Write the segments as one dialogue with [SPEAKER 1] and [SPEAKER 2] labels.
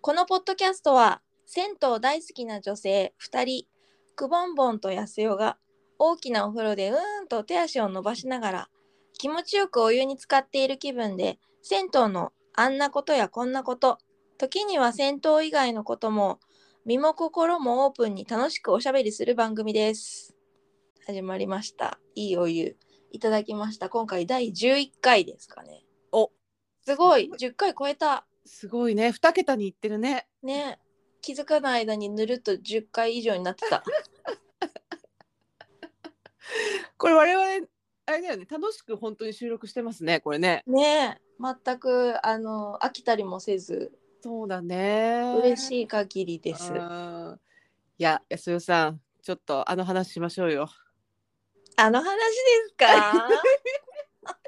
[SPEAKER 1] このポッドキャストは銭湯大好きな女性2人くぼんぼんとやすよが大きなお風呂でうーんと手足を伸ばしながら気持ちよくお湯に浸かっている気分で銭湯のあんなことやこんなこと時には銭湯以外のことも身も心もオープンに楽しくおしゃべりする番組です始まりましたいいお湯いただきました今回第11回ですかね
[SPEAKER 2] お
[SPEAKER 1] すごい10回超えた
[SPEAKER 2] すごいね二桁にいってるね
[SPEAKER 1] ね気づかない間にぬるっと10回以上になってた
[SPEAKER 2] これ我々あれだよね楽しく本当に収録してますねこれね
[SPEAKER 1] ね全くあの飽きたりもせず
[SPEAKER 2] そうだね
[SPEAKER 1] 嬉
[SPEAKER 2] い
[SPEAKER 1] しい限りですあ
[SPEAKER 2] いや安代さんちょっとあの話しましょうよ
[SPEAKER 1] の話ですか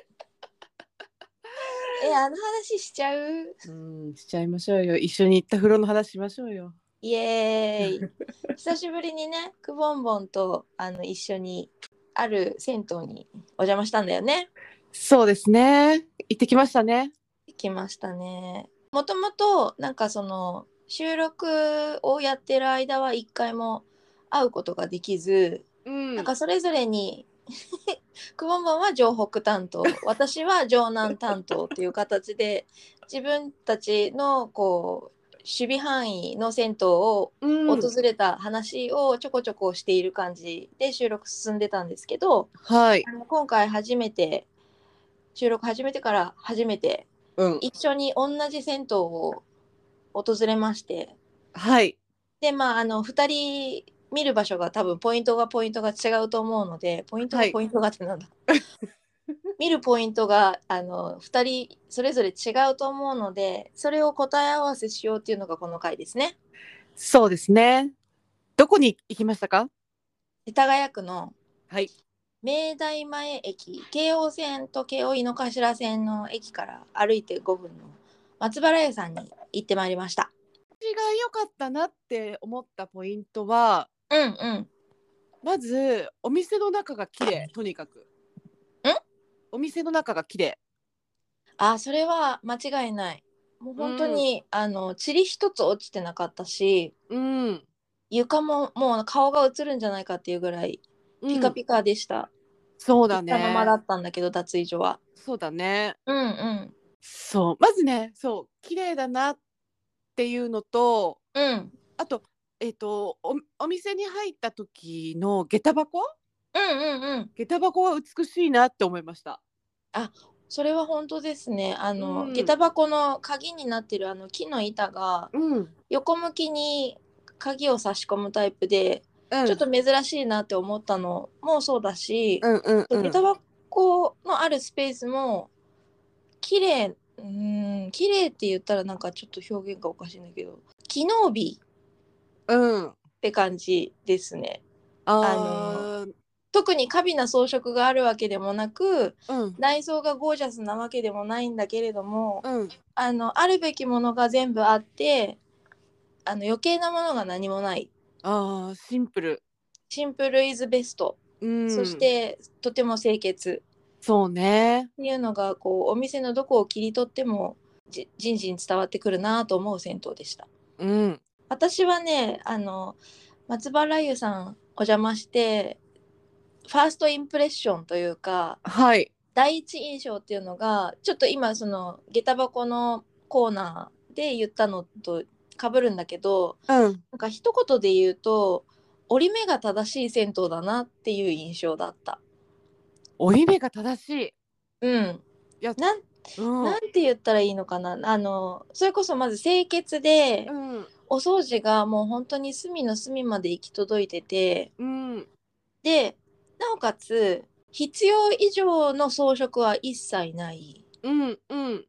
[SPEAKER 1] えあの話しちゃう
[SPEAKER 2] うんしちゃいましょうよ一緒に行った風呂の話しましょうよ
[SPEAKER 1] イエーイ久しぶりにねくぼんぼんとあの一緒にある銭湯にお邪魔したんだよね
[SPEAKER 2] そうですね行ってきましたね
[SPEAKER 1] 行きましたねもともとなんかその収録をやってる間は一回も会うことができず、
[SPEAKER 2] うん
[SPEAKER 1] なんかそれぞれに くぼんぼんは城北担当私は城南担当っていう形で自分たちのこう守備範囲の銭湯を
[SPEAKER 2] うん
[SPEAKER 1] 訪れた話をちょこちょこしている感じで収録進んでたんですけど、
[SPEAKER 2] はい
[SPEAKER 1] あの今回初めて収録始めてから初めて
[SPEAKER 2] うん
[SPEAKER 1] 一緒に同じ銭湯を訪れまして
[SPEAKER 2] はい
[SPEAKER 1] でまああの2人見る場所が多分ポイントがポイントが違うと思うのでポイントが
[SPEAKER 2] はい
[SPEAKER 1] ポイントがって なんだ、見るポイントがあの2人それぞれ違うと思うのでそれを答え合わせしようっていうのがこの回ですね。
[SPEAKER 2] そうですねどこに行きましたか
[SPEAKER 1] 世田谷区の
[SPEAKER 2] はい
[SPEAKER 1] 明大前駅京王線と京王井の頭線の駅から歩いて5分の松原屋さんに行ってまいりました。
[SPEAKER 2] 私が良かったなって思ったポイントは
[SPEAKER 1] うんうん
[SPEAKER 2] まずお店の中が綺麗とにかく。んお店の中が綺麗
[SPEAKER 1] あそれは間違いないもう本当に、あの塵一つ落ちてなかったし
[SPEAKER 2] うん。
[SPEAKER 1] 床ももう顔が映るんじゃないかっていうぐらいピカ
[SPEAKER 2] カ。
[SPEAKER 1] ピカでした、
[SPEAKER 2] そう
[SPEAKER 1] そ
[SPEAKER 2] だね
[SPEAKER 1] の。ままだったんだけど脱衣所は
[SPEAKER 2] そうだね。
[SPEAKER 1] うんうん
[SPEAKER 2] そう。まずね、そう綺麗だなっていうのと、
[SPEAKER 1] うん
[SPEAKER 2] あとえっ、とおお店に入った時の下駄箱？
[SPEAKER 1] うんうんうん
[SPEAKER 2] 下駄箱は美しいなって思いました。
[SPEAKER 1] それは本当ですねあの、
[SPEAKER 2] うん
[SPEAKER 1] 下駄箱の鍵になってるあの木の板が
[SPEAKER 2] うん。
[SPEAKER 1] 横向きに鍵を差し込むタイプで、
[SPEAKER 2] うん、
[SPEAKER 1] ちょっと珍しいなって思ったのもそうだし、
[SPEAKER 2] うんうんうん
[SPEAKER 1] 下駄箱のあるスペースも綺麗うーん綺麗って言ったらなんかちょっと表現がおかしいんだけど機能美
[SPEAKER 2] うん。
[SPEAKER 1] って感じですね
[SPEAKER 2] あー
[SPEAKER 1] 特に華美な装飾があるわけでもなく
[SPEAKER 2] うん
[SPEAKER 1] 内装がゴージャスなわけでもないんだけれども
[SPEAKER 2] うん
[SPEAKER 1] あのあるべきものが全部あってあの余計なものが何もない
[SPEAKER 2] あーシンプル。
[SPEAKER 1] シンプルイズベスト、
[SPEAKER 2] うん。
[SPEAKER 1] そしてとても清潔
[SPEAKER 2] そうね。
[SPEAKER 1] っていうのがこうお店のどこを切り取ってもじじんじん伝わってくるなと思う銭湯でした
[SPEAKER 2] うん。
[SPEAKER 1] 私はねあの松原湯さんお邪魔してファーストインプレッションというか
[SPEAKER 2] はい。
[SPEAKER 1] 第一印象っていうのがちょっと今その下駄箱のコーナーで言ったのと被るんだけど
[SPEAKER 2] うん。
[SPEAKER 1] なんか一言で言うと折り目が正しい銭湯だなっていう印象だった。
[SPEAKER 2] 折り目が正しい。
[SPEAKER 1] うん、
[SPEAKER 2] いや
[SPEAKER 1] なん
[SPEAKER 2] うん。
[SPEAKER 1] なんて言ったらいいのかなあのそれこそまず清潔で、
[SPEAKER 2] うん。
[SPEAKER 1] お掃除がもう本当に隅の隅まで行き届いてて
[SPEAKER 2] うん。
[SPEAKER 1] でなおかつ必要以上の装飾は一切ない
[SPEAKER 2] うん。うん。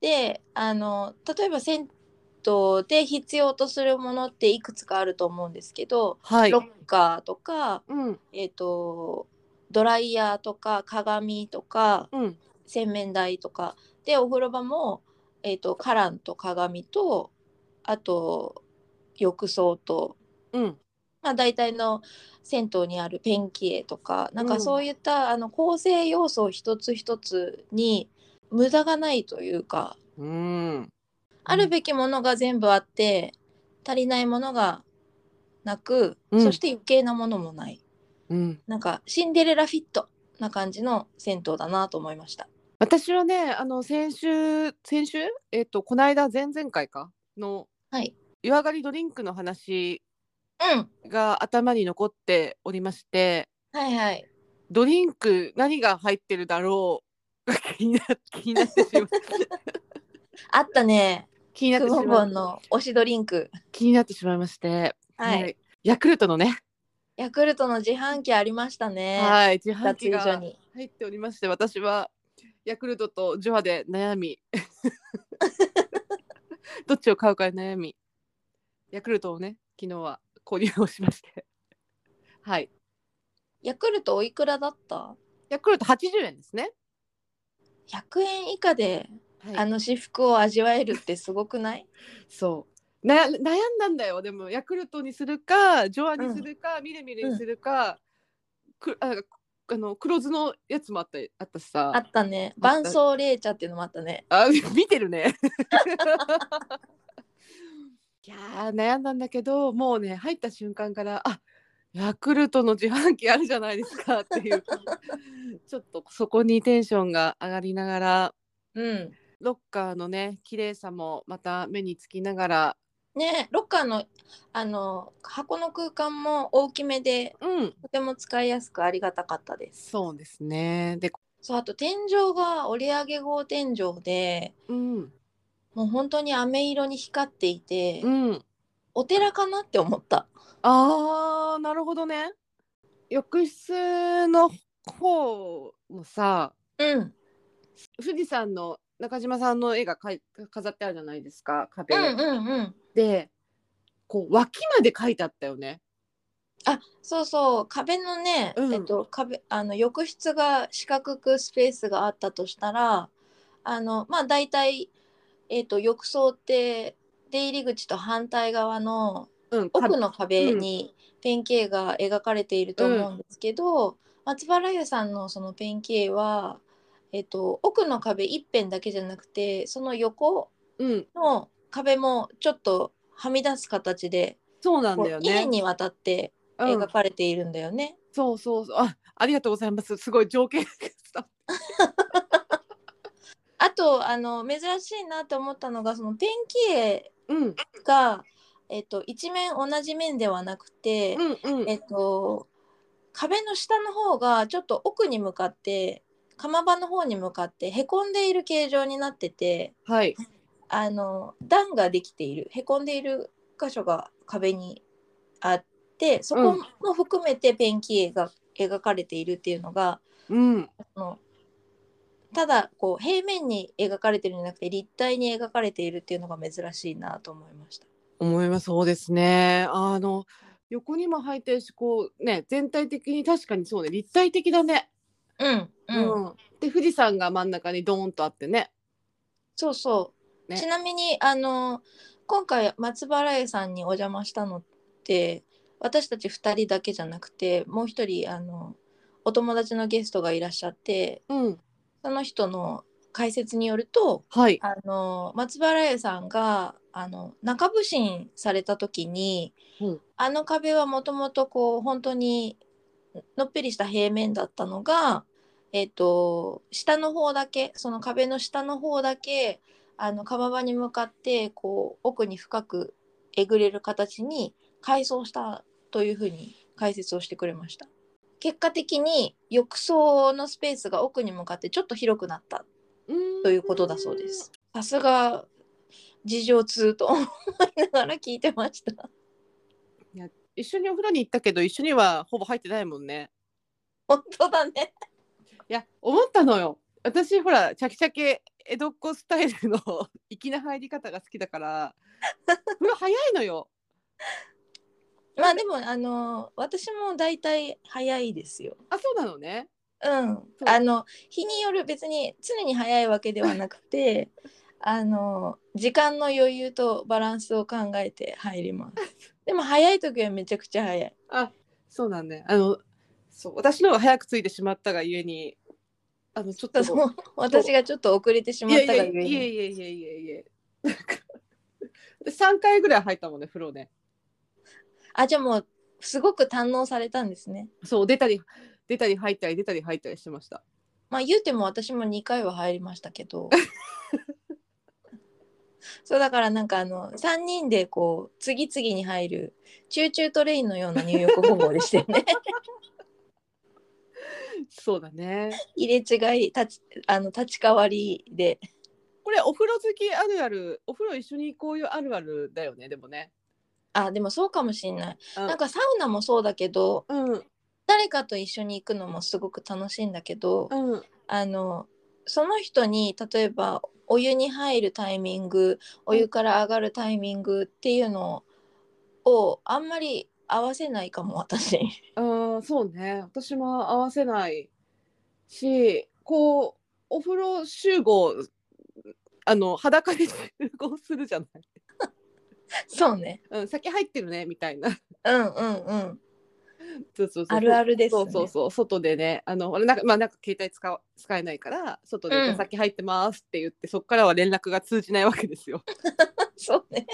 [SPEAKER 1] であの例えば銭湯で必要とするものっていくつかあると思うんですけど、
[SPEAKER 2] はい
[SPEAKER 1] ロ。ッカーとか、
[SPEAKER 2] うん。
[SPEAKER 1] えっとドライヤーとか鏡とか
[SPEAKER 2] うん。
[SPEAKER 1] 洗面台とかでお風呂場も、えー、とカランと鏡とあと浴槽と、
[SPEAKER 2] うん。
[SPEAKER 1] まあ、大体の銭湯にあるペンキ絵とかなん
[SPEAKER 2] う
[SPEAKER 1] か
[SPEAKER 2] ん
[SPEAKER 1] そういった、あの構成要素を一つ一つに無駄がないというか
[SPEAKER 2] うん。
[SPEAKER 1] あるべきものが全部あって足りないものがなく、
[SPEAKER 2] うん
[SPEAKER 1] そして余計なものもない
[SPEAKER 2] うん、
[SPEAKER 1] なんかシンデレラフィットな感じの銭湯だなと思いました。
[SPEAKER 2] 私はねあの先週先週えっ、とこの間前々回かの
[SPEAKER 1] はい、
[SPEAKER 2] 湯上がりドリンクの話
[SPEAKER 1] うん、
[SPEAKER 2] が頭に残っておりまして
[SPEAKER 1] はいはい。
[SPEAKER 2] ドリンク何が入ってるだろうが気にな 気になってし まう
[SPEAKER 1] あったね。
[SPEAKER 2] 気になって
[SPEAKER 1] ク
[SPEAKER 2] し
[SPEAKER 1] ボ
[SPEAKER 2] まう
[SPEAKER 1] ンボンの推しドリンク。
[SPEAKER 2] 気になってしまいまして、
[SPEAKER 1] はい。
[SPEAKER 2] ヤクルトのね、
[SPEAKER 1] ヤクルトの自販機ありましたね。
[SPEAKER 2] はい自販
[SPEAKER 1] 脱
[SPEAKER 2] 機
[SPEAKER 1] 衣
[SPEAKER 2] が
[SPEAKER 1] 所
[SPEAKER 2] 入
[SPEAKER 1] に。
[SPEAKER 2] っておりまして私はヤクルトとジョアで 悩みどっちを買うか悩みヤクルトをね昨日は購入をしましてはい
[SPEAKER 1] ヤクルトおいくらだった
[SPEAKER 2] ヤクルト80円ですね、
[SPEAKER 1] 100円以下で
[SPEAKER 2] はい、
[SPEAKER 1] あの私服を味わえるってすごくない
[SPEAKER 2] そうな悩んだんだよでもヤクルトにするかジョアにするか、ミレミレにするか、くああの黒酢のやつもあったあったしさ
[SPEAKER 1] あったね伴奏冷茶っていうのもあったね
[SPEAKER 2] あ 見てるね。いやー悩んだんだけどもうね入った瞬間からあヤクルトの自販機あるじゃないですかっていうちょっとそこにテンションが上がりながら
[SPEAKER 1] うん
[SPEAKER 2] ロッカーのね綺麗さもまた目につきながら
[SPEAKER 1] ねロッカーのあの箱の空間も大きめで
[SPEAKER 2] うん
[SPEAKER 1] とても使いやすくありがたかったです
[SPEAKER 2] そうですねで
[SPEAKER 1] そうあと天井が折り上げ号天井で
[SPEAKER 2] うん
[SPEAKER 1] もう本当に飴色に光っていて、
[SPEAKER 2] うん
[SPEAKER 1] お寺かなって思った
[SPEAKER 2] あーなるほどね浴室の方もさ
[SPEAKER 1] うん
[SPEAKER 2] 富士山の中島さんの絵がかい飾ってあるじゃないですか
[SPEAKER 1] う
[SPEAKER 2] 壁、
[SPEAKER 1] んうんうん
[SPEAKER 2] でこう脇まで書いてあったよね
[SPEAKER 1] あそうそう壁のね、
[SPEAKER 2] うん
[SPEAKER 1] えっと、壁あの浴室が四角くスペースがあったとしたらあのまあ大体、えっと、浴槽って出入り口と反対側の
[SPEAKER 2] うん
[SPEAKER 1] 奥
[SPEAKER 2] 壁
[SPEAKER 1] の壁にペンケイが描かれていると思うんですけど、松原湯さんのそのペンケイは、えっと、奥の壁一辺だけじゃなくてその横
[SPEAKER 2] うん
[SPEAKER 1] の壁もちょっとはみ出す形で
[SPEAKER 2] そうなん
[SPEAKER 1] こ
[SPEAKER 2] だ
[SPEAKER 1] う
[SPEAKER 2] よ
[SPEAKER 1] 家
[SPEAKER 2] ね、
[SPEAKER 1] にわたって
[SPEAKER 2] うん
[SPEAKER 1] 描、かれているんだよね。
[SPEAKER 2] そうそうそうあありがとうございますすごい情景が伝わ って
[SPEAKER 1] あとあの珍しいなと思ったのがそのペンキ絵
[SPEAKER 2] うん
[SPEAKER 1] が、えっと、一面同じ面ではなくて、
[SPEAKER 2] うんうん
[SPEAKER 1] えっと、壁の下の方がちょっと奥に向かって釜場の方に向かってへこんでいる形状になってて
[SPEAKER 2] はい
[SPEAKER 1] あの段ができているへこんでいる箇所が壁にあってそこも含めてペンキ絵が描かれているっていうのが
[SPEAKER 2] うん
[SPEAKER 1] そのただこう平面に描かれてるんじゃなくて立体に描かれているっていうのが珍しいなと思いました。
[SPEAKER 2] 思いますそうですねあの横にも入ってるしこうね全体的に確かにそうね立体的だね、
[SPEAKER 1] うん、うん、
[SPEAKER 2] うんで富士山が真ん中にドーンとあってね
[SPEAKER 1] そうそう。
[SPEAKER 2] ね
[SPEAKER 1] ちなみにあの今回松原江さんにお邪魔したのって私たち2人だけじゃなくてもう1人あのお友達のゲストがいらっしゃって
[SPEAKER 2] うん
[SPEAKER 1] その人の解説によると
[SPEAKER 2] はい
[SPEAKER 1] あの松原江さんがあの中普進された時に、
[SPEAKER 2] うん
[SPEAKER 1] あの壁はもともとこう本当にのっぺりした平面だったのが、えっと下の方だけその壁の下の方だけあの釜場に向かってこう奥に深くえぐれる形に改装したというふうに解説をしてくれました。結果的に浴槽のスペースが奥に向かってちょっと広くなったということだそうです。さすが事情通と思いながら聞いてました。
[SPEAKER 2] 一緒にお風呂に行ったけど一緒にはほぼ入ってないもんね
[SPEAKER 1] 本当だね。
[SPEAKER 2] いや思ったのよ私ほらチャキチャキ江戸っ子スタイルの 粋な入り方が好きだから風呂早いのよ
[SPEAKER 1] まあでもあの私もだいたい早いですよ。
[SPEAKER 2] あそうなのね
[SPEAKER 1] うん。
[SPEAKER 2] う
[SPEAKER 1] あの日による別に常に早いわけではなくて、 あの時間の余裕とバランスを考えて入ります。 でも早い時はめちゃくちゃ早い。
[SPEAKER 2] そうなんねあのそう私の方が早く着いてしまったがゆえにあのちょっと
[SPEAKER 1] そう私がちょっと遅れてしま
[SPEAKER 2] い
[SPEAKER 1] っ
[SPEAKER 2] やい
[SPEAKER 1] た
[SPEAKER 2] や
[SPEAKER 1] が
[SPEAKER 2] い
[SPEAKER 1] ゆ
[SPEAKER 2] や
[SPEAKER 1] え
[SPEAKER 2] いや
[SPEAKER 1] に。
[SPEAKER 2] いやいやいやで3回ぐらい入ったもんね風呂ね
[SPEAKER 1] あ、じゃあもう、すごく堪能されたんですね。
[SPEAKER 2] そう出たり出たり入ったり出たり入ったりしてました
[SPEAKER 1] まあ言うても私も2回は入りましたけ どそうだからなんかあの3人でこう次々に入るチューチュートレインのような入浴方法でしたよね
[SPEAKER 2] そうだね
[SPEAKER 1] 入れ違い立ちあの立ち代わりで
[SPEAKER 2] これお風呂好きあるあるお風呂一緒にこういうあるあるだよねでもね
[SPEAKER 1] あでもそうかもしんない
[SPEAKER 2] な
[SPEAKER 1] なんかサウナもそうだけど
[SPEAKER 2] うん
[SPEAKER 1] 誰かと一緒に行くのもすごく楽しいんだけど
[SPEAKER 2] うん
[SPEAKER 1] あのその人に例えばお湯に入るタイミングお湯から上がるタイミングっていうのをあんまり合わせないかも私
[SPEAKER 2] あーそうね私も合わせないしこうお風呂集合あの裸で集 合するじゃない、
[SPEAKER 1] そうね
[SPEAKER 2] うん、先入ってるねみたいな
[SPEAKER 1] うんうんうん
[SPEAKER 2] そうそうそう
[SPEAKER 1] あるあるですね
[SPEAKER 2] そうそうそう外でねあの俺なんかまあなんか携帯使わ使えないから外で、
[SPEAKER 1] うん
[SPEAKER 2] じゃあ先入ってますって言ってそこからは連絡が通じないわけですよ
[SPEAKER 1] そうね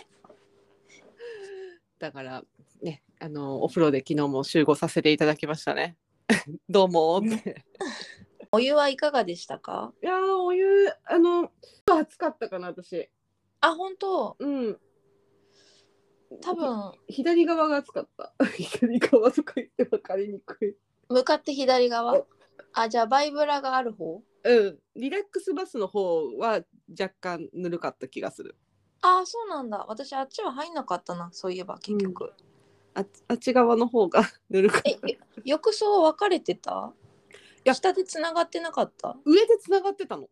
[SPEAKER 2] だからねあのお風呂で昨日も集合させていただきましたね どうもーって。
[SPEAKER 1] お湯はいかがでしたか
[SPEAKER 2] いやーお湯あの暑かったかな私
[SPEAKER 1] あ本当
[SPEAKER 2] うん
[SPEAKER 1] 多分
[SPEAKER 2] 左側が暑かった 左側とか言って分かりにくい
[SPEAKER 1] 向かって左側あじゃあバイブラがある方
[SPEAKER 2] うんリラックスバスの方は若干ぬるかった気がする
[SPEAKER 1] あそうなんだ私あっちは入んなかったなそういえば結局、
[SPEAKER 2] ああっち側の方がぬるかった
[SPEAKER 1] ええ浴槽分かれてた
[SPEAKER 2] や
[SPEAKER 1] 下でつながってなかった
[SPEAKER 2] 上でつながってたの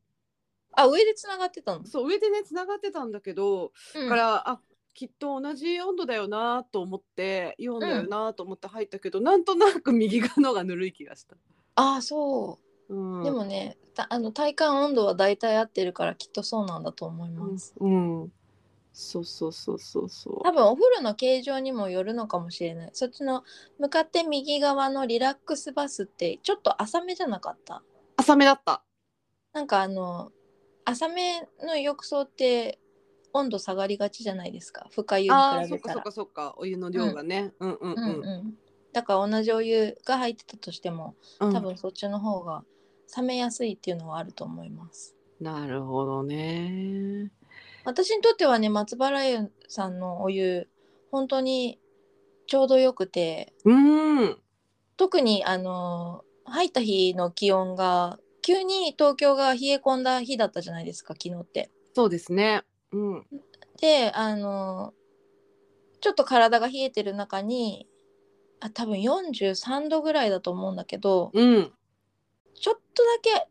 [SPEAKER 1] あ上でつながってたの、
[SPEAKER 2] そう上でねつながってたんだけど、
[SPEAKER 1] うん
[SPEAKER 2] からあきっと同じ温度だよなと思ってイオンだよなと思って入ったけど、なんとなく右側のがぬるい気がした、
[SPEAKER 1] ああそう
[SPEAKER 2] うん、
[SPEAKER 1] でもねたあの体感温度は大体合ってるからきっとそうなんだと思います、
[SPEAKER 2] うん、うん、そうそうそうそうそう
[SPEAKER 1] 多分お風呂の形状にもよるのかもしれないそっちの向かって右側のリラックスバスってちょっと浅めじゃなかった
[SPEAKER 2] 浅めだった
[SPEAKER 1] なんかあの浅めの浴槽って温度下がりがちじゃないですか深湯に
[SPEAKER 2] ああー
[SPEAKER 1] 比
[SPEAKER 2] そ
[SPEAKER 1] べ
[SPEAKER 2] っ
[SPEAKER 1] た
[SPEAKER 2] かそっ
[SPEAKER 1] ら
[SPEAKER 2] かそっかお湯の量がね、うん、うん
[SPEAKER 1] う
[SPEAKER 2] うんん
[SPEAKER 1] うんだから同じお湯が入ってたとしても
[SPEAKER 2] うん
[SPEAKER 1] 多分そっちの方が冷めやすいっていうのはあると思います
[SPEAKER 2] なるほどね
[SPEAKER 1] 私にとってはね松原湯さんのお湯本当にちょうどよくて
[SPEAKER 2] うん
[SPEAKER 1] 特にあの入った日の気温が急に東京が冷え込んだ日だったじゃないですか昨日って。
[SPEAKER 2] そうですねうん
[SPEAKER 1] であのちょっと体が冷えてる中にあ多分43度ぐらいだと思うんだけど
[SPEAKER 2] うん
[SPEAKER 1] ちょっとだけ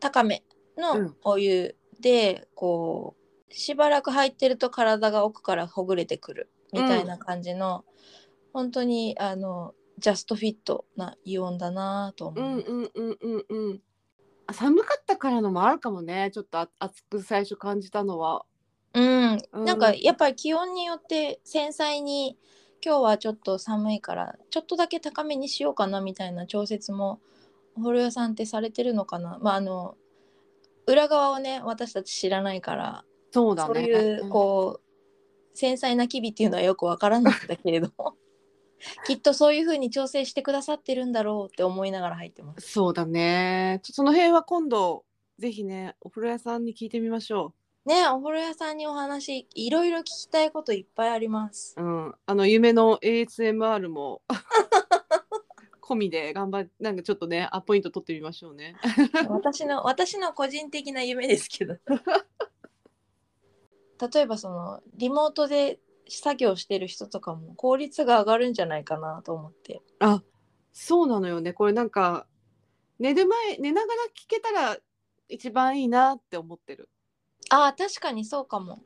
[SPEAKER 1] 高め
[SPEAKER 2] う
[SPEAKER 1] の
[SPEAKER 2] ん
[SPEAKER 1] お湯で、こうしばらく入ってると体が奥からほぐれてくるみたいな感じの、本当にあのジャストフィットなイオンだなぁと思
[SPEAKER 2] う
[SPEAKER 1] う、
[SPEAKER 2] んうんうんうんうんあ寒かったからのもあるかもねちょっとあ暑く最初感じたのは
[SPEAKER 1] うん
[SPEAKER 2] うん
[SPEAKER 1] なんかやっぱり気温によって繊細に今日はちょっと寒いからちょっとだけ高めにしようかなみたいな調節もお風呂屋さんってされてるのかなまああの裏側をね私たち知らないから
[SPEAKER 2] そうだ
[SPEAKER 1] そ
[SPEAKER 2] ね
[SPEAKER 1] ういうこう繊細な機微っていうのはよくわからないんだけれども きっとそういうふうに調整してくださってるんだろうって思いながら入ってま
[SPEAKER 2] ん
[SPEAKER 1] す。
[SPEAKER 2] そうだねちょその辺は今度ぜひねお風呂屋さんに聞いてみましょ
[SPEAKER 1] ねお風呂屋さんにお話いろいろ聞きたいこといっぱいあり ます。
[SPEAKER 2] ううんあの夢の ASMR も込みで頑張っなんかちょっとねアポイント取ってみましょうね
[SPEAKER 1] 私の私の個人的な夢ですけど 例えばそのリモートで作業してる人とかも効率が上がるんじゃないかなと思って
[SPEAKER 2] あそうなのよねこれなんか寝る前寝ながら聞けたら一番いいなって思ってる
[SPEAKER 1] ああ確かにそうかも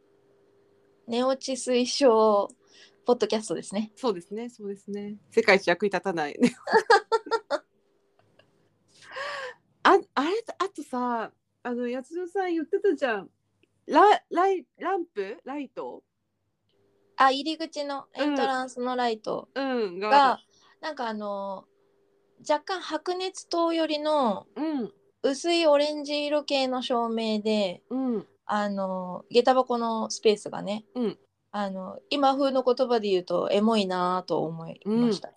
[SPEAKER 1] 寝落ち推奨ポッドキャストですね
[SPEAKER 2] そうですねそうですね世界一役に立たない ねああれあとさあの八代さん言ってたじゃんラライランプライト、
[SPEAKER 1] あ入り口のエントランスのライト
[SPEAKER 2] うん、が
[SPEAKER 1] が、なんかあの若干白熱灯よりの
[SPEAKER 2] うん
[SPEAKER 1] 薄いオレンジ色系の照明で
[SPEAKER 2] うん
[SPEAKER 1] あの下駄箱のスペースがね、
[SPEAKER 2] うん
[SPEAKER 1] あの今風の言葉で言うとエモいなぁと思いました、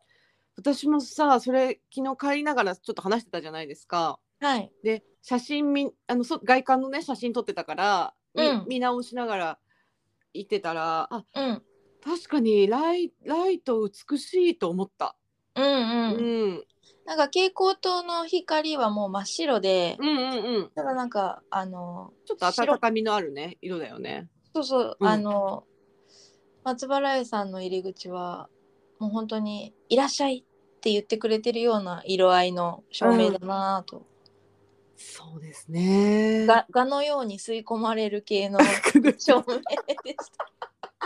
[SPEAKER 2] 私もさそれ昨日帰りながらちょっと話してたじゃないですか。
[SPEAKER 1] はい
[SPEAKER 2] で写真見あのそ外観のね写真撮ってたから、み
[SPEAKER 1] うん
[SPEAKER 2] 見直しながら行ってたらあ
[SPEAKER 1] うん
[SPEAKER 2] 確かにライライト美しいと思った。
[SPEAKER 1] うん
[SPEAKER 2] う
[SPEAKER 1] うん、
[SPEAKER 2] ん、
[SPEAKER 1] なんか蛍光灯の光はもう真っ白で、
[SPEAKER 2] うん、うんうん
[SPEAKER 1] ただなんかあの
[SPEAKER 2] ちょっと温かみのあるね色だよね。
[SPEAKER 1] そうそう、
[SPEAKER 2] うん
[SPEAKER 1] あの松原屋さんの入り口はもう本当に「いらっしゃい」って言ってくれてるような色合いの照明だなぁと、
[SPEAKER 2] そうですね。
[SPEAKER 1] ががのように吸い込まれる系 の照明でした。あー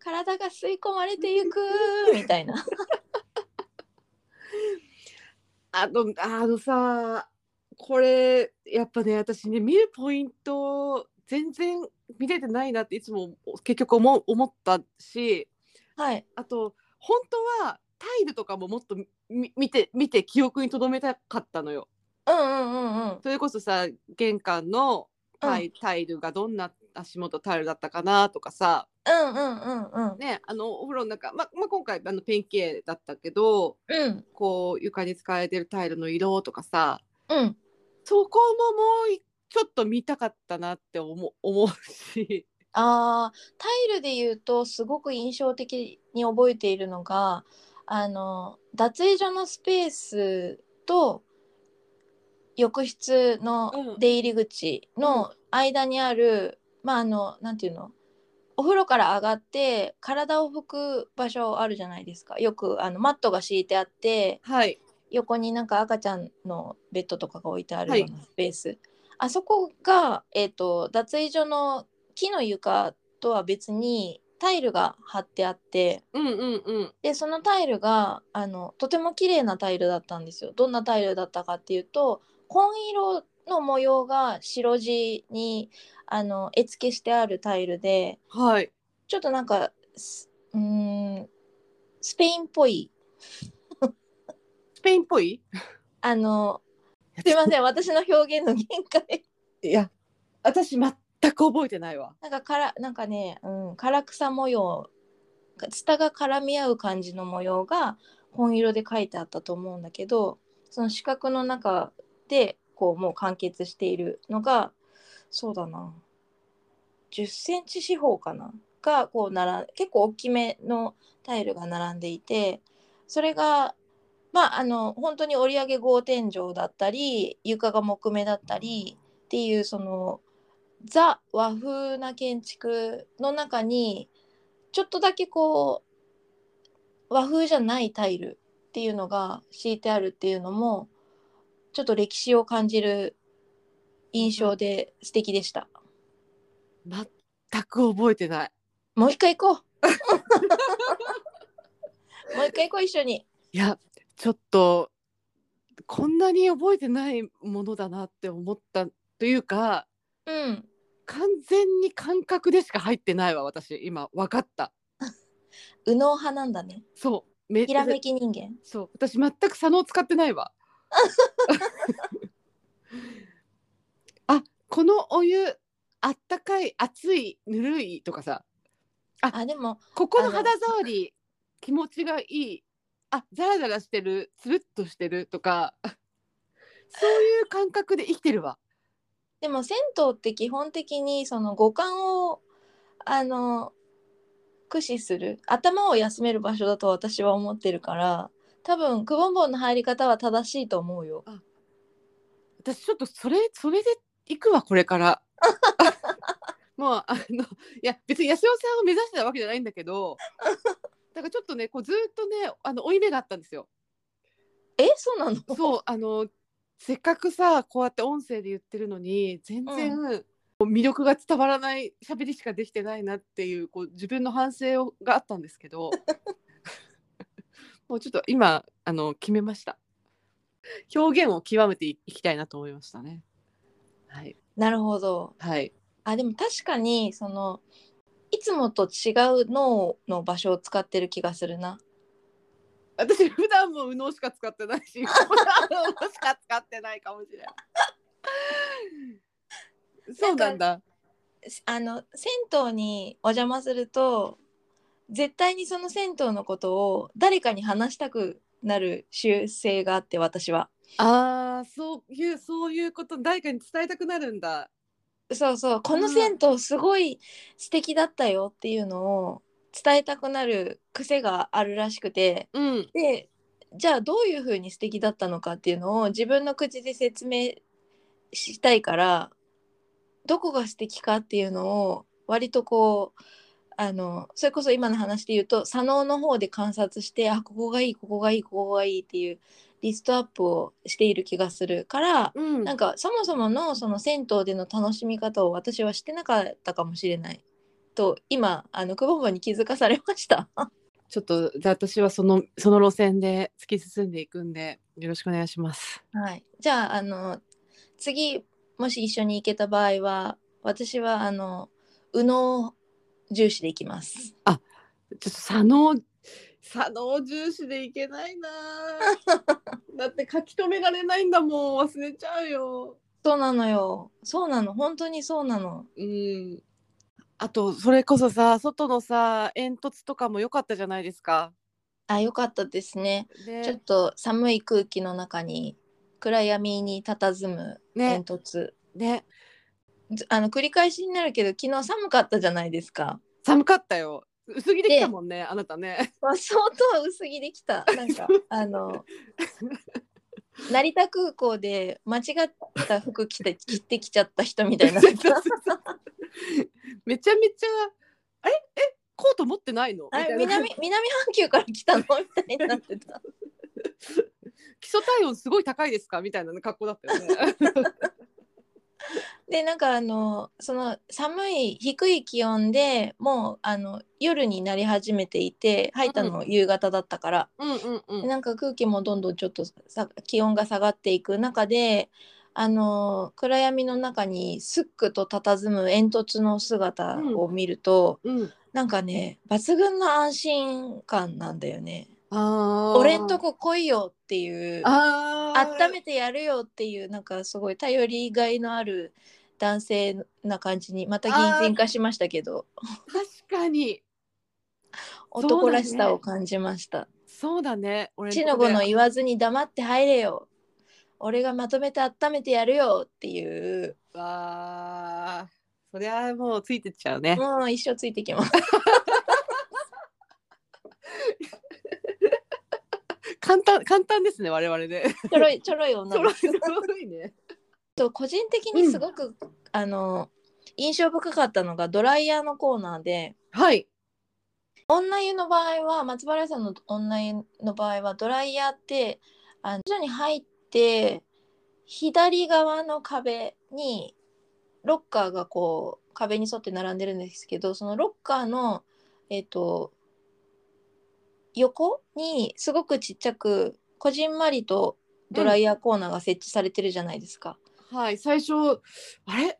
[SPEAKER 1] 体が吸い込まれていくみたいな。
[SPEAKER 2] あのあのさこれやっぱね私ね見るポイント全然見れてないなっていつも結局思う思ったし
[SPEAKER 1] はい。
[SPEAKER 2] あと本当はタイルとかももっとみ見て見て記憶に留めたかったのよ。
[SPEAKER 1] うんうんうんうん。
[SPEAKER 2] それこそさ玄関のタイ,、タイルがどんな足元タイルだったかなとかさ、
[SPEAKER 1] うんうんうんうん。
[SPEAKER 2] ね、あのお風呂の中、ままあ、今回あのペンキ絵だったけど
[SPEAKER 1] うん
[SPEAKER 2] こう床に使われてるタイルの色とかさ
[SPEAKER 1] うん。
[SPEAKER 2] そこももういちょっと見たかったなって思う思うし、
[SPEAKER 1] あータイルで言うとすごく印象的に覚えているのがあの脱衣所のスペースと浴室
[SPEAKER 2] う
[SPEAKER 1] の
[SPEAKER 2] ん
[SPEAKER 1] 出入り口の間にある、まああのなんていうのお風呂から上がって体を拭く場所あるじゃないですかよくあのマットが敷いてあって
[SPEAKER 2] はい、
[SPEAKER 1] 横になんか赤ちゃんのベッドとかが置いてあ
[SPEAKER 2] は
[SPEAKER 1] る
[SPEAKER 2] い
[SPEAKER 1] ようなスペース、あそこが、えー、と脱衣所の木の床とは別にタイルが張ってあって
[SPEAKER 2] うんうんうん
[SPEAKER 1] でそのタイルがあのとても綺麗なタイルだったんですよどんなタイルだったかっていうと紺色の模様が白地にあの絵付けしてあるタイルで
[SPEAKER 2] はい
[SPEAKER 1] ちょっとなんかすうーんスペインっぽい
[SPEAKER 2] スペインっぽい
[SPEAKER 1] あのすいません私の表現の限界
[SPEAKER 2] いや私全く覚えてないわ
[SPEAKER 1] なんかからなんかね、うん、唐草模様ツタが絡み合う感じの模様が紺色で書いてあったと思うんだけどその四角の中でこうもう完結しているのがそうだな1 0ンチ四方かながこうなら結構大きめのタイルが並んでいてそれがまああの本当に折り上げ格天井だったり床が木目だったりっていうそのザ和風な建築の中にちょっとだけこう和風じゃないタイルっていうのが敷いてあるっていうのもちょっと歴史を感じる印象で素敵でした。
[SPEAKER 2] 全く覚えてない
[SPEAKER 1] もう一回行こう。もう一回行こう一緒に。
[SPEAKER 2] いやちょっとこんなに覚えてないものだなって思ったというか
[SPEAKER 1] うん。
[SPEAKER 2] 完全に感覚でしか入ってないわ私今分かった
[SPEAKER 1] 右脳派なんだね。
[SPEAKER 2] そうめ
[SPEAKER 1] ひらめき人間。
[SPEAKER 2] そう私全く左脳使ってないわあこのお湯あったかい熱いぬるいとかさ
[SPEAKER 1] あ、でも、
[SPEAKER 2] ここ
[SPEAKER 1] あ
[SPEAKER 2] の
[SPEAKER 1] の
[SPEAKER 2] 肌触り気持ちがいいあザラザラしてるつるっとしてるとかそういう感覚で生きてるわ
[SPEAKER 1] でも銭湯って基本的にその五感を。あの。駆使する頭を休める場所だと私は思ってるから多分くぼんぼんの入り方は正しいと思うよ
[SPEAKER 2] 私ちょっとそれそれで行くわこれから もうあのいや別に八代さんを目指してたわけじゃないんだけどだからちょっとねこうずっとねあの負い目があったんですよ
[SPEAKER 1] えそうなの
[SPEAKER 2] そうあのせっかくさこうやって音声で言ってるのに全然、こう魅力が伝わらない喋りしかできてないなっていうこう自分の反省をがあったんですけどもうちょっと今あの決めました表現を極めていきたいなと思いましたねはい
[SPEAKER 1] なるほど
[SPEAKER 2] はい
[SPEAKER 1] あでも確かにそのいつもと違う脳の場所を使ってる気がするな
[SPEAKER 2] 私普段も右脳しか使ってないし右脳しか使ってないかもしれないそうなんだ。
[SPEAKER 1] あの銭湯にお邪魔すると絶対にその銭湯のことを誰かに話したくなる習性があって私は
[SPEAKER 2] ああ、そういう、そういうこと、誰かに伝えたくなるんだ。
[SPEAKER 1] そうそうこの銭湯すごい素敵だったよっていうのを伝えたくなる癖があるらしくて
[SPEAKER 2] うん。
[SPEAKER 1] でじゃあどういう風に素敵だったのかっていうのを自分の口で説明したいからどこが素敵かっていうのを割とこうあのそれこそ今の話で言うと左脳の方で観察してあここがいいここがいいここがいいっていうリストアップをしている気がするから
[SPEAKER 2] うん
[SPEAKER 1] なんかそもそものその銭湯での楽しみ方を私はしてなかったかもしれないと今あの久保本に気づかされました。
[SPEAKER 2] ちょっと、じゃあ私はその、その路線で突き進んでいくんで、よろしくお願いします。
[SPEAKER 1] はい、 じゃああの次もし一緒に行けた場合は私はあの右脳重視で行きます。
[SPEAKER 2] ちょっと左脳、左脳重視でいけないな ーだって書き留められないんだもん、忘れちゃうよ。
[SPEAKER 1] そうなのよ。そうなの。本当にそうなの。
[SPEAKER 2] うん。あと、それこそさ、外のさ、煙突とかも良かったじゃないですか。
[SPEAKER 1] あ、よかったですね。
[SPEAKER 2] ね
[SPEAKER 1] ちょっと寒い空気の中に暗闇に佇む煙
[SPEAKER 2] ね、
[SPEAKER 1] 突。
[SPEAKER 2] ね、
[SPEAKER 1] ずあの繰り返しになるけど昨日寒かったじゃないですか。
[SPEAKER 2] 寒かったよ。薄着できたもんね、あなたね。
[SPEAKER 1] まあ、相当薄着でき た。なんかあの成田空港で間違った服着て着てきちゃった人みた いな。
[SPEAKER 2] めちゃめちゃ、あれ、え、コート持ってないの。
[SPEAKER 1] あれ
[SPEAKER 2] みたいな
[SPEAKER 1] 南南半球から来たのみたいになって た。
[SPEAKER 2] 基礎体温すごい高いですかみたいな格好だったよね。
[SPEAKER 1] でなんかあのその寒い低い気温でもうあの夜になり始めていて入ったの夕方だったから、
[SPEAKER 2] うんうんう
[SPEAKER 1] で
[SPEAKER 2] ん。
[SPEAKER 1] なんか空気もどんどんちょっとさ気温が下がっていく中であの暗闇の中にすっくと佇む煙突の姿を見ると、
[SPEAKER 2] うん。
[SPEAKER 1] なんかね抜群の安心感なんだよね。
[SPEAKER 2] ああ。
[SPEAKER 1] 俺んと。こ来いよっていう
[SPEAKER 2] ああ。
[SPEAKER 1] 温。めてやるよっていうなんかすごい頼りがいのある男性な感じにまた擬人化しましたけど
[SPEAKER 2] 確かに。そうだね
[SPEAKER 1] 男らしさを感じました
[SPEAKER 2] そうだね。俺
[SPEAKER 1] 「
[SPEAKER 2] ん
[SPEAKER 1] ち
[SPEAKER 2] と
[SPEAKER 1] の
[SPEAKER 2] こ
[SPEAKER 1] 子
[SPEAKER 2] で
[SPEAKER 1] の言わずに黙って入れよ俺がまとめて温めてやるよ」っていう
[SPEAKER 2] わあ。そりゃもうついてっちゃうね。
[SPEAKER 1] もう一生ついてきます
[SPEAKER 2] 簡単簡単ですね我々で。
[SPEAKER 1] ちょろいちょろい女
[SPEAKER 2] そ
[SPEAKER 1] の
[SPEAKER 2] ろ
[SPEAKER 1] 子
[SPEAKER 2] い そろいね。
[SPEAKER 1] と個人的にすごく、あの印象深かったのがドライヤーのコーナーで
[SPEAKER 2] はい。
[SPEAKER 1] 女湯の場合は松原さんの女湯の場合はドライヤーってあの徐々に入って左側の壁にロッカーがこう壁に沿って並んでるんですけどそのロッカーのえっ、と横にすごくちっちゃくこじんまりとドライヤーコーナーが設置されてるじゃないですか。
[SPEAKER 2] はい最初あれ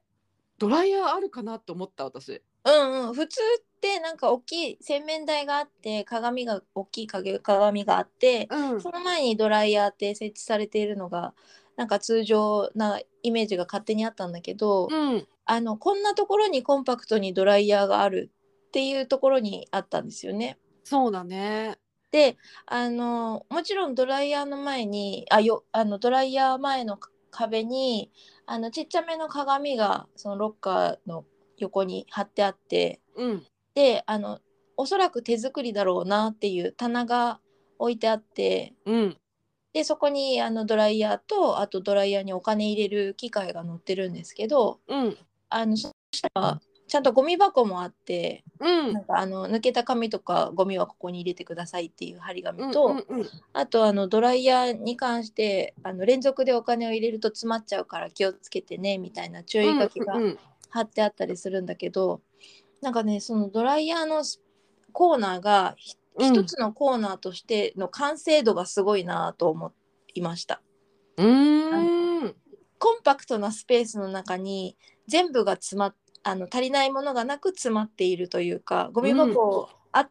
[SPEAKER 2] ドライヤーあるかなと思った私。
[SPEAKER 1] うんうん、普通ってなんか大きい洗面台があって鏡が大きい影鏡があって
[SPEAKER 2] うん
[SPEAKER 1] その前にドライヤーって設置されているのがなんか通常なイメージが勝手にあったんだけど、
[SPEAKER 2] うん。
[SPEAKER 1] あのこんなところにコンパクトにドライヤーがあるっていうところにあったんですよね。
[SPEAKER 2] そうだね。
[SPEAKER 1] であのもちろんドライヤーの前にあよあのドライヤー前の壁にあのちっちゃめの鏡がそのロッカーの横に貼ってあって
[SPEAKER 2] うん。
[SPEAKER 1] であのおそらく手作りだろうなっていう棚が置いてあって
[SPEAKER 2] うん。
[SPEAKER 1] でそこにあのドライヤーとあとドライヤーにお金入れる機械が載ってるんですけど
[SPEAKER 2] うん。
[SPEAKER 1] あのそしたらちゃんとゴミ箱もあって
[SPEAKER 2] うん
[SPEAKER 1] なん。かあの抜けた紙とかゴミはここに入れてくださいっていう張り
[SPEAKER 2] うん
[SPEAKER 1] 紙と、
[SPEAKER 2] うんうん
[SPEAKER 1] あとあのドライヤーに関してあの連続でお金を入れると詰まっちゃうから気をつけてねみたいな注意書きが
[SPEAKER 2] うんうん
[SPEAKER 1] 貼ってあったりするんだけどなんかねそのドライヤーのスコーナーがひ
[SPEAKER 2] うん
[SPEAKER 1] 一つのコーナーとしての完成度がすごいなと思いました。
[SPEAKER 2] うん、うーん
[SPEAKER 1] コンパクトなスペースの中に全部が詰まっあの足りないものがなく詰まっているというかゴミ箱あっ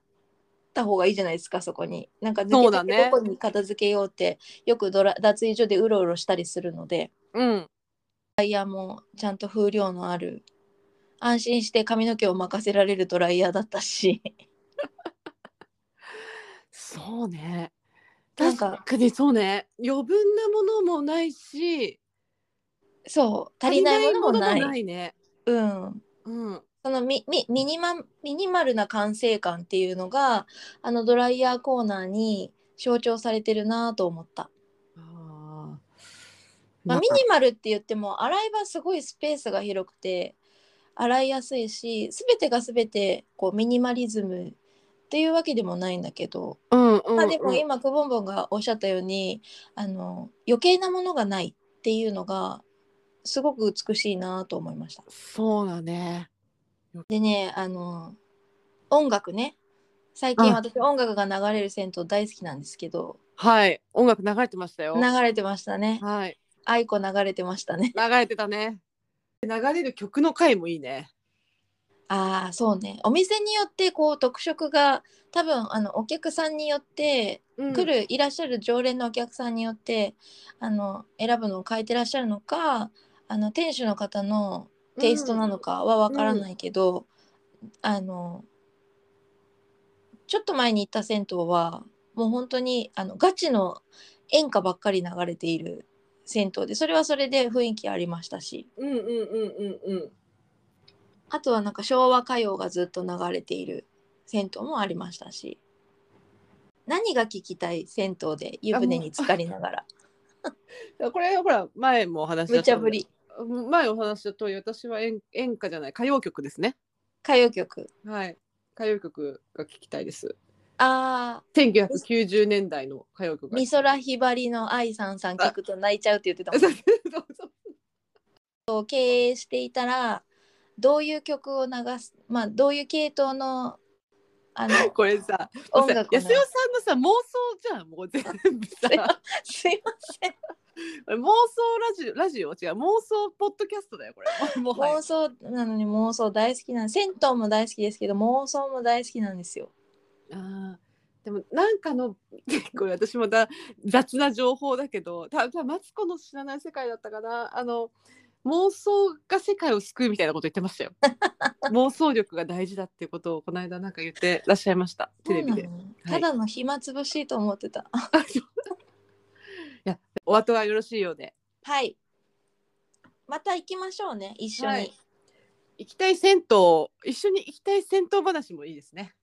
[SPEAKER 1] た方がいいじゃないですか、そこになんか
[SPEAKER 2] そ
[SPEAKER 1] 抜
[SPEAKER 2] うだ
[SPEAKER 1] け
[SPEAKER 2] ね
[SPEAKER 1] てどこに片付けようってよくドラ脱衣所でうろうろしたりするので
[SPEAKER 2] うん
[SPEAKER 1] ライヤーもちゃんと風量のある安心して髪の毛を任せられるドライヤーだったし
[SPEAKER 2] そうね。
[SPEAKER 1] なんか
[SPEAKER 2] 確かにそうね。余分なものもないし、
[SPEAKER 1] そう足りないものもない
[SPEAKER 2] 足りいね。
[SPEAKER 1] うん、
[SPEAKER 2] うん。
[SPEAKER 1] そのミミミニマミニマルな完成感っていうのがあのドライヤーコーナーに象徴されてるなと思った、
[SPEAKER 2] あー
[SPEAKER 1] ま
[SPEAKER 2] な
[SPEAKER 1] あ、
[SPEAKER 2] ん
[SPEAKER 1] ミ
[SPEAKER 2] か
[SPEAKER 1] ニマルって言っても洗い場すごいスペースが広くて洗いやすいし全てが全てこうミニマリズムっていうわけでもないんだけど、
[SPEAKER 2] うんうんうん、
[SPEAKER 1] まあ、でも今くぼんぼんがおっしゃったようにあの余計なものがないっていうのがすごく美しいなと思いました。
[SPEAKER 2] そうだね。
[SPEAKER 1] でねあの音楽ね最近
[SPEAKER 2] あ
[SPEAKER 1] 私音楽が流れる銭湯大好きなんですけど
[SPEAKER 2] はい、音楽流れてましたよ。
[SPEAKER 1] 流れてましたね
[SPEAKER 2] はい、
[SPEAKER 1] 愛子流れてましたね
[SPEAKER 2] 流れてたね。流れる曲の回もいいね。
[SPEAKER 1] ああそうねお店によってこう特色が多分あのお客さんによって
[SPEAKER 2] うん
[SPEAKER 1] 来る、いらっしゃる常連のお客さんによってあの選ぶのを変えてらっしゃるのかあの店主の方のテイストなのかは分からないけど、あのちょっと前に行った銭湯はもう本当にあのガチの演歌ばっかり流れている銭湯でそれはそれで雰囲気ありましたし
[SPEAKER 2] うんうんうんうんうん。
[SPEAKER 1] あとはなんか昭和歌謡がずっと流れている銭湯もありましたし何が聞きたい銭湯で湯船に浸かりながら
[SPEAKER 2] これほら前もお話し
[SPEAKER 1] 無
[SPEAKER 2] 出した
[SPEAKER 1] 茶ぶり
[SPEAKER 2] 前お話しした通り私は演演歌じゃない歌謡曲ですね
[SPEAKER 1] 歌謡曲
[SPEAKER 2] はい歌謡曲が聞きたいです
[SPEAKER 1] ああ
[SPEAKER 2] 1990年代の歌謡曲が
[SPEAKER 1] 美空ひばりの愛さんさん聞くと泣いちゃうって言ってたもん
[SPEAKER 2] そうそうそう
[SPEAKER 1] を経営していたらどういう曲を流すまあどういう系統の あの
[SPEAKER 2] これさもう
[SPEAKER 1] 音
[SPEAKER 2] さ安
[SPEAKER 1] 楽
[SPEAKER 2] 代
[SPEAKER 1] を
[SPEAKER 2] さ
[SPEAKER 1] 流
[SPEAKER 2] んのさ妄想じゃんもう全部 さ
[SPEAKER 1] すいません
[SPEAKER 2] 妄想ラジオラジオ違う妄想ポッドキャストだよこれもうもはや
[SPEAKER 1] 妄想なのに妄想大好きなん銭湯も大好きですけど妄想も大好きなんですよ。
[SPEAKER 2] あーでもなんかの これ私また雑な情報だけどたたマツコの知らない世界だったかなあの妄想が世界を救うみたいなこと言ってましたよ妄想力が大事だっていうことをこの間なんか言ってらっしゃいましたテレビで
[SPEAKER 1] そうなの
[SPEAKER 2] い
[SPEAKER 1] ただの暇つぶしいと思ってた。
[SPEAKER 2] お後がよろしいようで
[SPEAKER 1] はい。また行きましょうね一緒に。
[SPEAKER 2] はい行きたい銭湯一緒に行きたい銭湯話もいいですね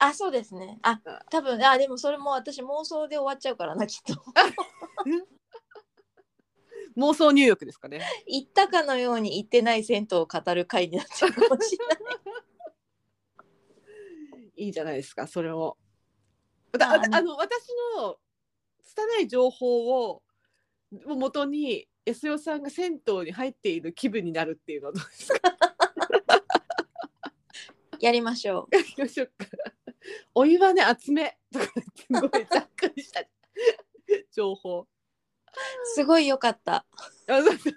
[SPEAKER 1] あそうですね。あ多分あでもそれも私妄想で終わっちゃうからなきっと。
[SPEAKER 2] 妄想入浴ですかね
[SPEAKER 1] 行ったかのように行ってない銭湯を語る回になっちゃうかもしれ ない。
[SPEAKER 2] いいじゃないですかそれをだ
[SPEAKER 1] あ
[SPEAKER 2] ああの私の拙い情報をもとに S 代さんが銭湯に入っている気分になるっていうのはどうですか
[SPEAKER 1] やりましょう。
[SPEAKER 2] やりましょうかお湯はね厚めとか言ってすごいざっくりした 情報
[SPEAKER 1] すごい良かった。
[SPEAKER 2] あそうそう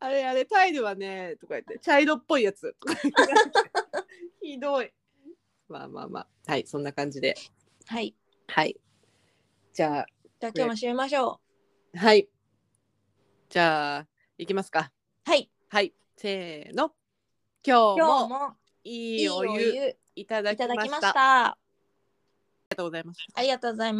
[SPEAKER 2] あれあれタイルはねとか言って茶色っぽいやつ とか言ってひどいまあまあまあはいそんな感じで
[SPEAKER 1] はい。
[SPEAKER 2] はいじゃあ
[SPEAKER 1] じゃあ今日も締めましょ
[SPEAKER 2] はい。じゃあ、いきますか。
[SPEAKER 1] う。はい。
[SPEAKER 2] はい。せーの。今
[SPEAKER 1] 今
[SPEAKER 2] 日
[SPEAKER 1] 日
[SPEAKER 2] も
[SPEAKER 1] もい
[SPEAKER 2] いい
[SPEAKER 1] い
[SPEAKER 2] お
[SPEAKER 1] お
[SPEAKER 2] 湯
[SPEAKER 1] 湯
[SPEAKER 2] いただ
[SPEAKER 1] い
[SPEAKER 2] き
[SPEAKER 1] ただ
[SPEAKER 2] ま
[SPEAKER 1] き
[SPEAKER 2] し。
[SPEAKER 1] ました
[SPEAKER 2] あ
[SPEAKER 1] た。
[SPEAKER 2] りがとうございました。
[SPEAKER 1] ありがとうございます。